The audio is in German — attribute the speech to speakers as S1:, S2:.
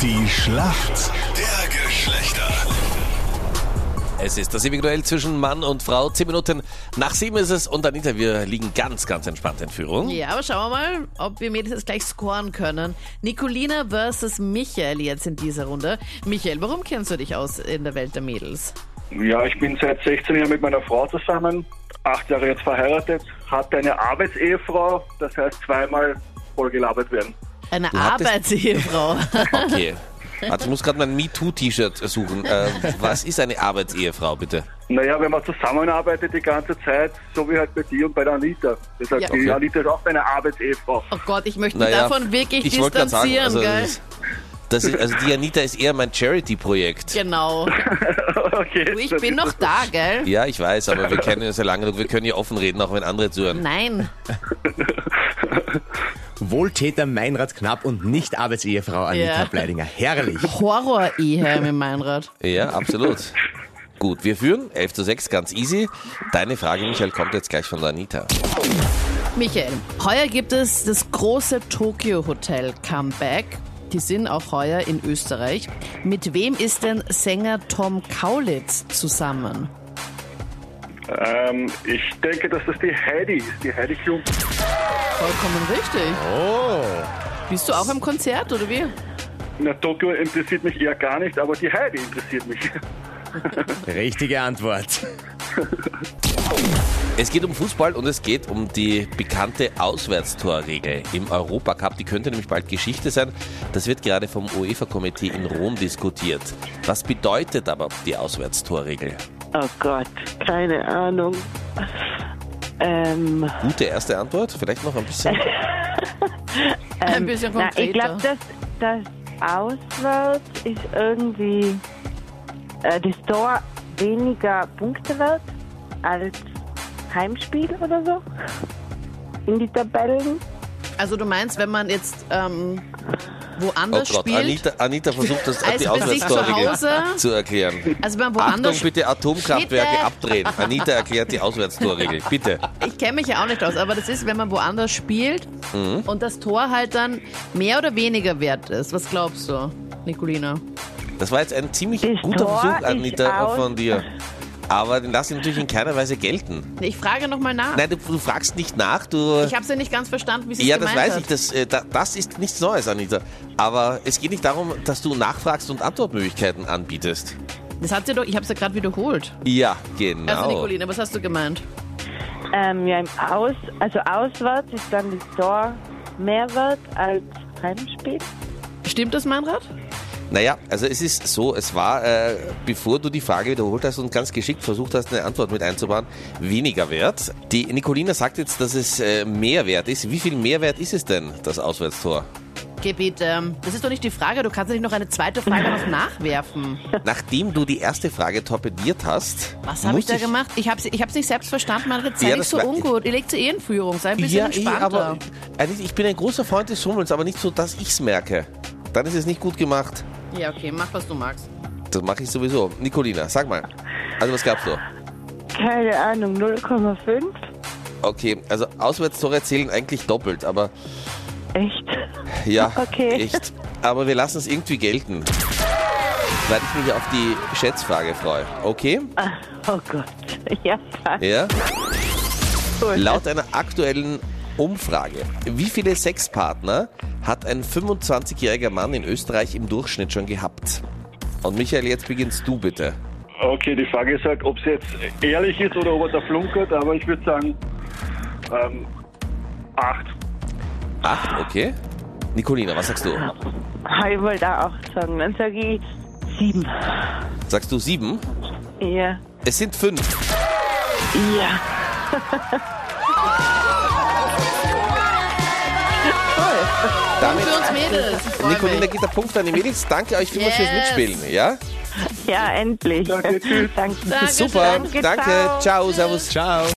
S1: Die Schlacht der Geschlechter.
S2: Es ist das ewige Duell zwischen Mann und Frau. Zehn Minuten nach sieben ist es und Anita, wir liegen ganz, ganz entspannt in Führung.
S3: Ja, aber schauen wir mal, ob wir Mädels jetzt gleich scoren können. Nicolina versus Michael jetzt in dieser Runde. Michael, warum kennst du dich aus in der Welt der Mädels?
S4: Ja, ich bin seit 16 Jahren mit meiner Frau zusammen, acht Jahre jetzt verheiratet, hatte eine Arbeitsehefrau, das heißt zweimal vollgelabert werden.
S3: Eine
S2: hattest-
S3: Arbeitsehefrau.
S2: Okay. Also ich muss gerade mein MeToo-T-Shirt suchen. Äh, was ist eine Arbeitsehefrau, bitte?
S4: Naja, wenn man zusammenarbeitet die ganze Zeit, so wie halt bei dir und bei der Anita. Das heißt,
S3: Ja.
S4: die
S2: Okay.
S4: Anita ist auch meine Arbeitsehefrau.
S3: Oh Gott, ich möchte
S2: Naja,
S3: davon wirklich
S2: ich wollte gerade sagen,
S3: distanzieren,
S2: also,
S3: gell?
S2: das ist- das ist, also die Anita ist eher mein Charity-Projekt.
S3: Genau.
S4: okay,
S3: Du, ich
S4: das
S3: bin
S4: ist
S3: noch
S4: das.
S3: da, gell?
S2: Ja, ich weiß, aber wir kennen uns ja lange genug. Wir können ja offen reden, auch wenn andere zuhören.
S3: Nein.
S5: Wohltäter Meinrad Knapp und nicht Arbeitsehefrau Anita
S3: Ja.
S5: Bleidinger. Herrlich.
S3: Horror-Ehe mit Meinrad.
S2: Ja, absolut. Gut, wir führen 11 zu 6, ganz easy. Deine Frage, Michael, kommt jetzt gleich von der Anita.
S3: Michael, heuer gibt es das große Tokyo Hotel Comeback. Die sind auch heuer in Österreich. Mit wem ist denn Sänger Tom Kaulitz zusammen?
S4: Ähm, ich denke, dass das die Heidi ist, die Heidi Klum.
S3: Vollkommen richtig.
S5: Oh.
S3: Bist du auch am Konzert oder wie?
S6: Ähm,
S4: Na, Tokio interessiert mich eher gar nicht, aber die Heidi interessiert mich.
S5: Richtige Antwort.
S2: Es geht um Fußball und es geht um die bekannte Auswärtstorregel im Europacup. Die könnte nämlich bald Geschichte sein. Das wird gerade vom UEFA-Komitee in Rom diskutiert. Was bedeutet aber die Auswärtstorregel?
S6: Oh Gott, keine Ahnung. Ähm,
S2: Gute erste Antwort, vielleicht noch ein bisschen.
S3: Äh, Ein bisschen
S6: na,
S3: konkreter.
S6: ich glaube, das, das Auswärts ist irgendwie äh, das Tor weniger Punkte wert als Heimspiel oder so in die Tabellen.
S3: also du meinst, wenn man jetzt ähm,
S2: Oh
S3: woanders
S2: Gott,
S3: spielt,
S2: Anita, Anita versucht das,
S3: Also
S2: die
S3: bei sich zu
S2: Auswärtstorregel
S3: Hause?
S2: zu erklären.
S3: also wenn man
S2: Achtung,
S3: woanders
S2: bitte Atomkraftwerke
S3: Bitte.
S2: abdrehen. Anita erklärt die Auswärtstorregel, bitte.
S3: Ich kenne mich ja auch nicht aus, aber das ist, wenn man woanders spielt
S2: Mhm.
S3: und das Tor halt dann mehr oder weniger wert ist. Was glaubst du, Nicolina?
S2: Das war jetzt ein ziemlich
S6: Das
S2: guter
S6: Tor
S2: Versuch,
S6: ist
S2: Anita, auch
S6: aus.
S2: von dir. Aber den lass ihn natürlich in keiner Weise gelten.
S3: Ich frage nochmal nach.
S2: Nein, du, du fragst nicht nach, du.
S3: Ich habe es ja nicht ganz verstanden, wie sie es
S2: Ja, das
S3: gemeint
S2: weiß
S3: hat.
S2: ich. Das, äh, da, das ist nichts Neues, Anita. Aber es geht nicht darum, dass du nachfragst und Antwortmöglichkeiten anbietest.
S3: Das hat sie doch, ich habe es ja gerade wiederholt.
S2: Ja,
S3: Also,
S2: genau.
S3: Nicolina, was hast du gemeint?
S6: Ähm, ja, im Aus, also Auswärts ist dann das Tor mehr wert als Heimspiel.
S3: Stimmt das, Meinrad?
S2: naja, also es ist so, es war, äh, bevor du die Frage wiederholt hast und ganz geschickt versucht hast, eine Antwort mit einzubauen, weniger wert. Die Nicolina sagt jetzt, dass es äh, mehr wert ist. Wie viel Mehrwert ist es denn, das Auswärtstor?
S3: Geh bitte. Das ist doch nicht die Frage. Du kannst ja nicht noch eine zweite Frage noch nachwerfen.
S2: Nachdem du die erste Frage torpediert hast,
S3: Was habe
S2: muss
S3: ich da gemacht? Ich habe ich hab's nicht selbst verstanden, Meinrad.
S2: Ja,
S3: Sei nicht
S2: das
S3: so
S2: war-
S3: ungut. Ihr legt sie eh in Führung. Sei ein bisschen
S2: ja, eh,
S3: entspannter.
S2: aber also ich bin ein großer Freund des Hummelns, aber nicht so, dass ich's merke. Dann ist es nicht gut gemacht.
S3: ja, okay. Mach, was du magst.
S2: Das mache ich sowieso. Nicolina, sag mal. Also was gab's so?
S6: Keine Ahnung, 0,5?
S2: Okay, also Auswärtstore zählen eigentlich doppelt, aber
S6: Echt?
S2: ja,
S6: Okay.
S2: echt. Aber wir lassen es irgendwie gelten. Weil ich mich auf die Schätzfrage freue. Okay?
S6: Oh Gott, ja, danke.
S2: Ja? Laut einer aktuellen Umfrage, wie viele Sexpartner hat ein 25-jähriger Mann in Österreich im Durchschnitt schon gehabt? Und Michael, jetzt beginnst du bitte.
S4: Okay, die Frage ist halt, ob es jetzt ehrlich ist oder ob er da flunkert, aber ich würde sagen, ähm, acht.
S2: Acht, okay. Nicolina, was sagst du?
S6: Ah, Ich wollte auch sagen, dann sage ich sieben.
S2: Sagst du sieben?
S6: Ja,
S2: Es sind fünf.
S6: ja.
S2: Damit,
S3: Für uns Mädels. Ich freu
S2: Nicolina
S3: mich.
S2: geht der Punkt an die Mädels. Danke euch vielmals fürs
S3: Yes.
S2: Mitspielen. Ja?
S6: Ja, endlich.
S4: Danke, tschüss.
S6: Danke.
S3: Dankeschön.
S2: Super.
S6: Danke,
S2: Danke.
S6: ciao.
S2: Ciao. Servus.
S5: Ciao.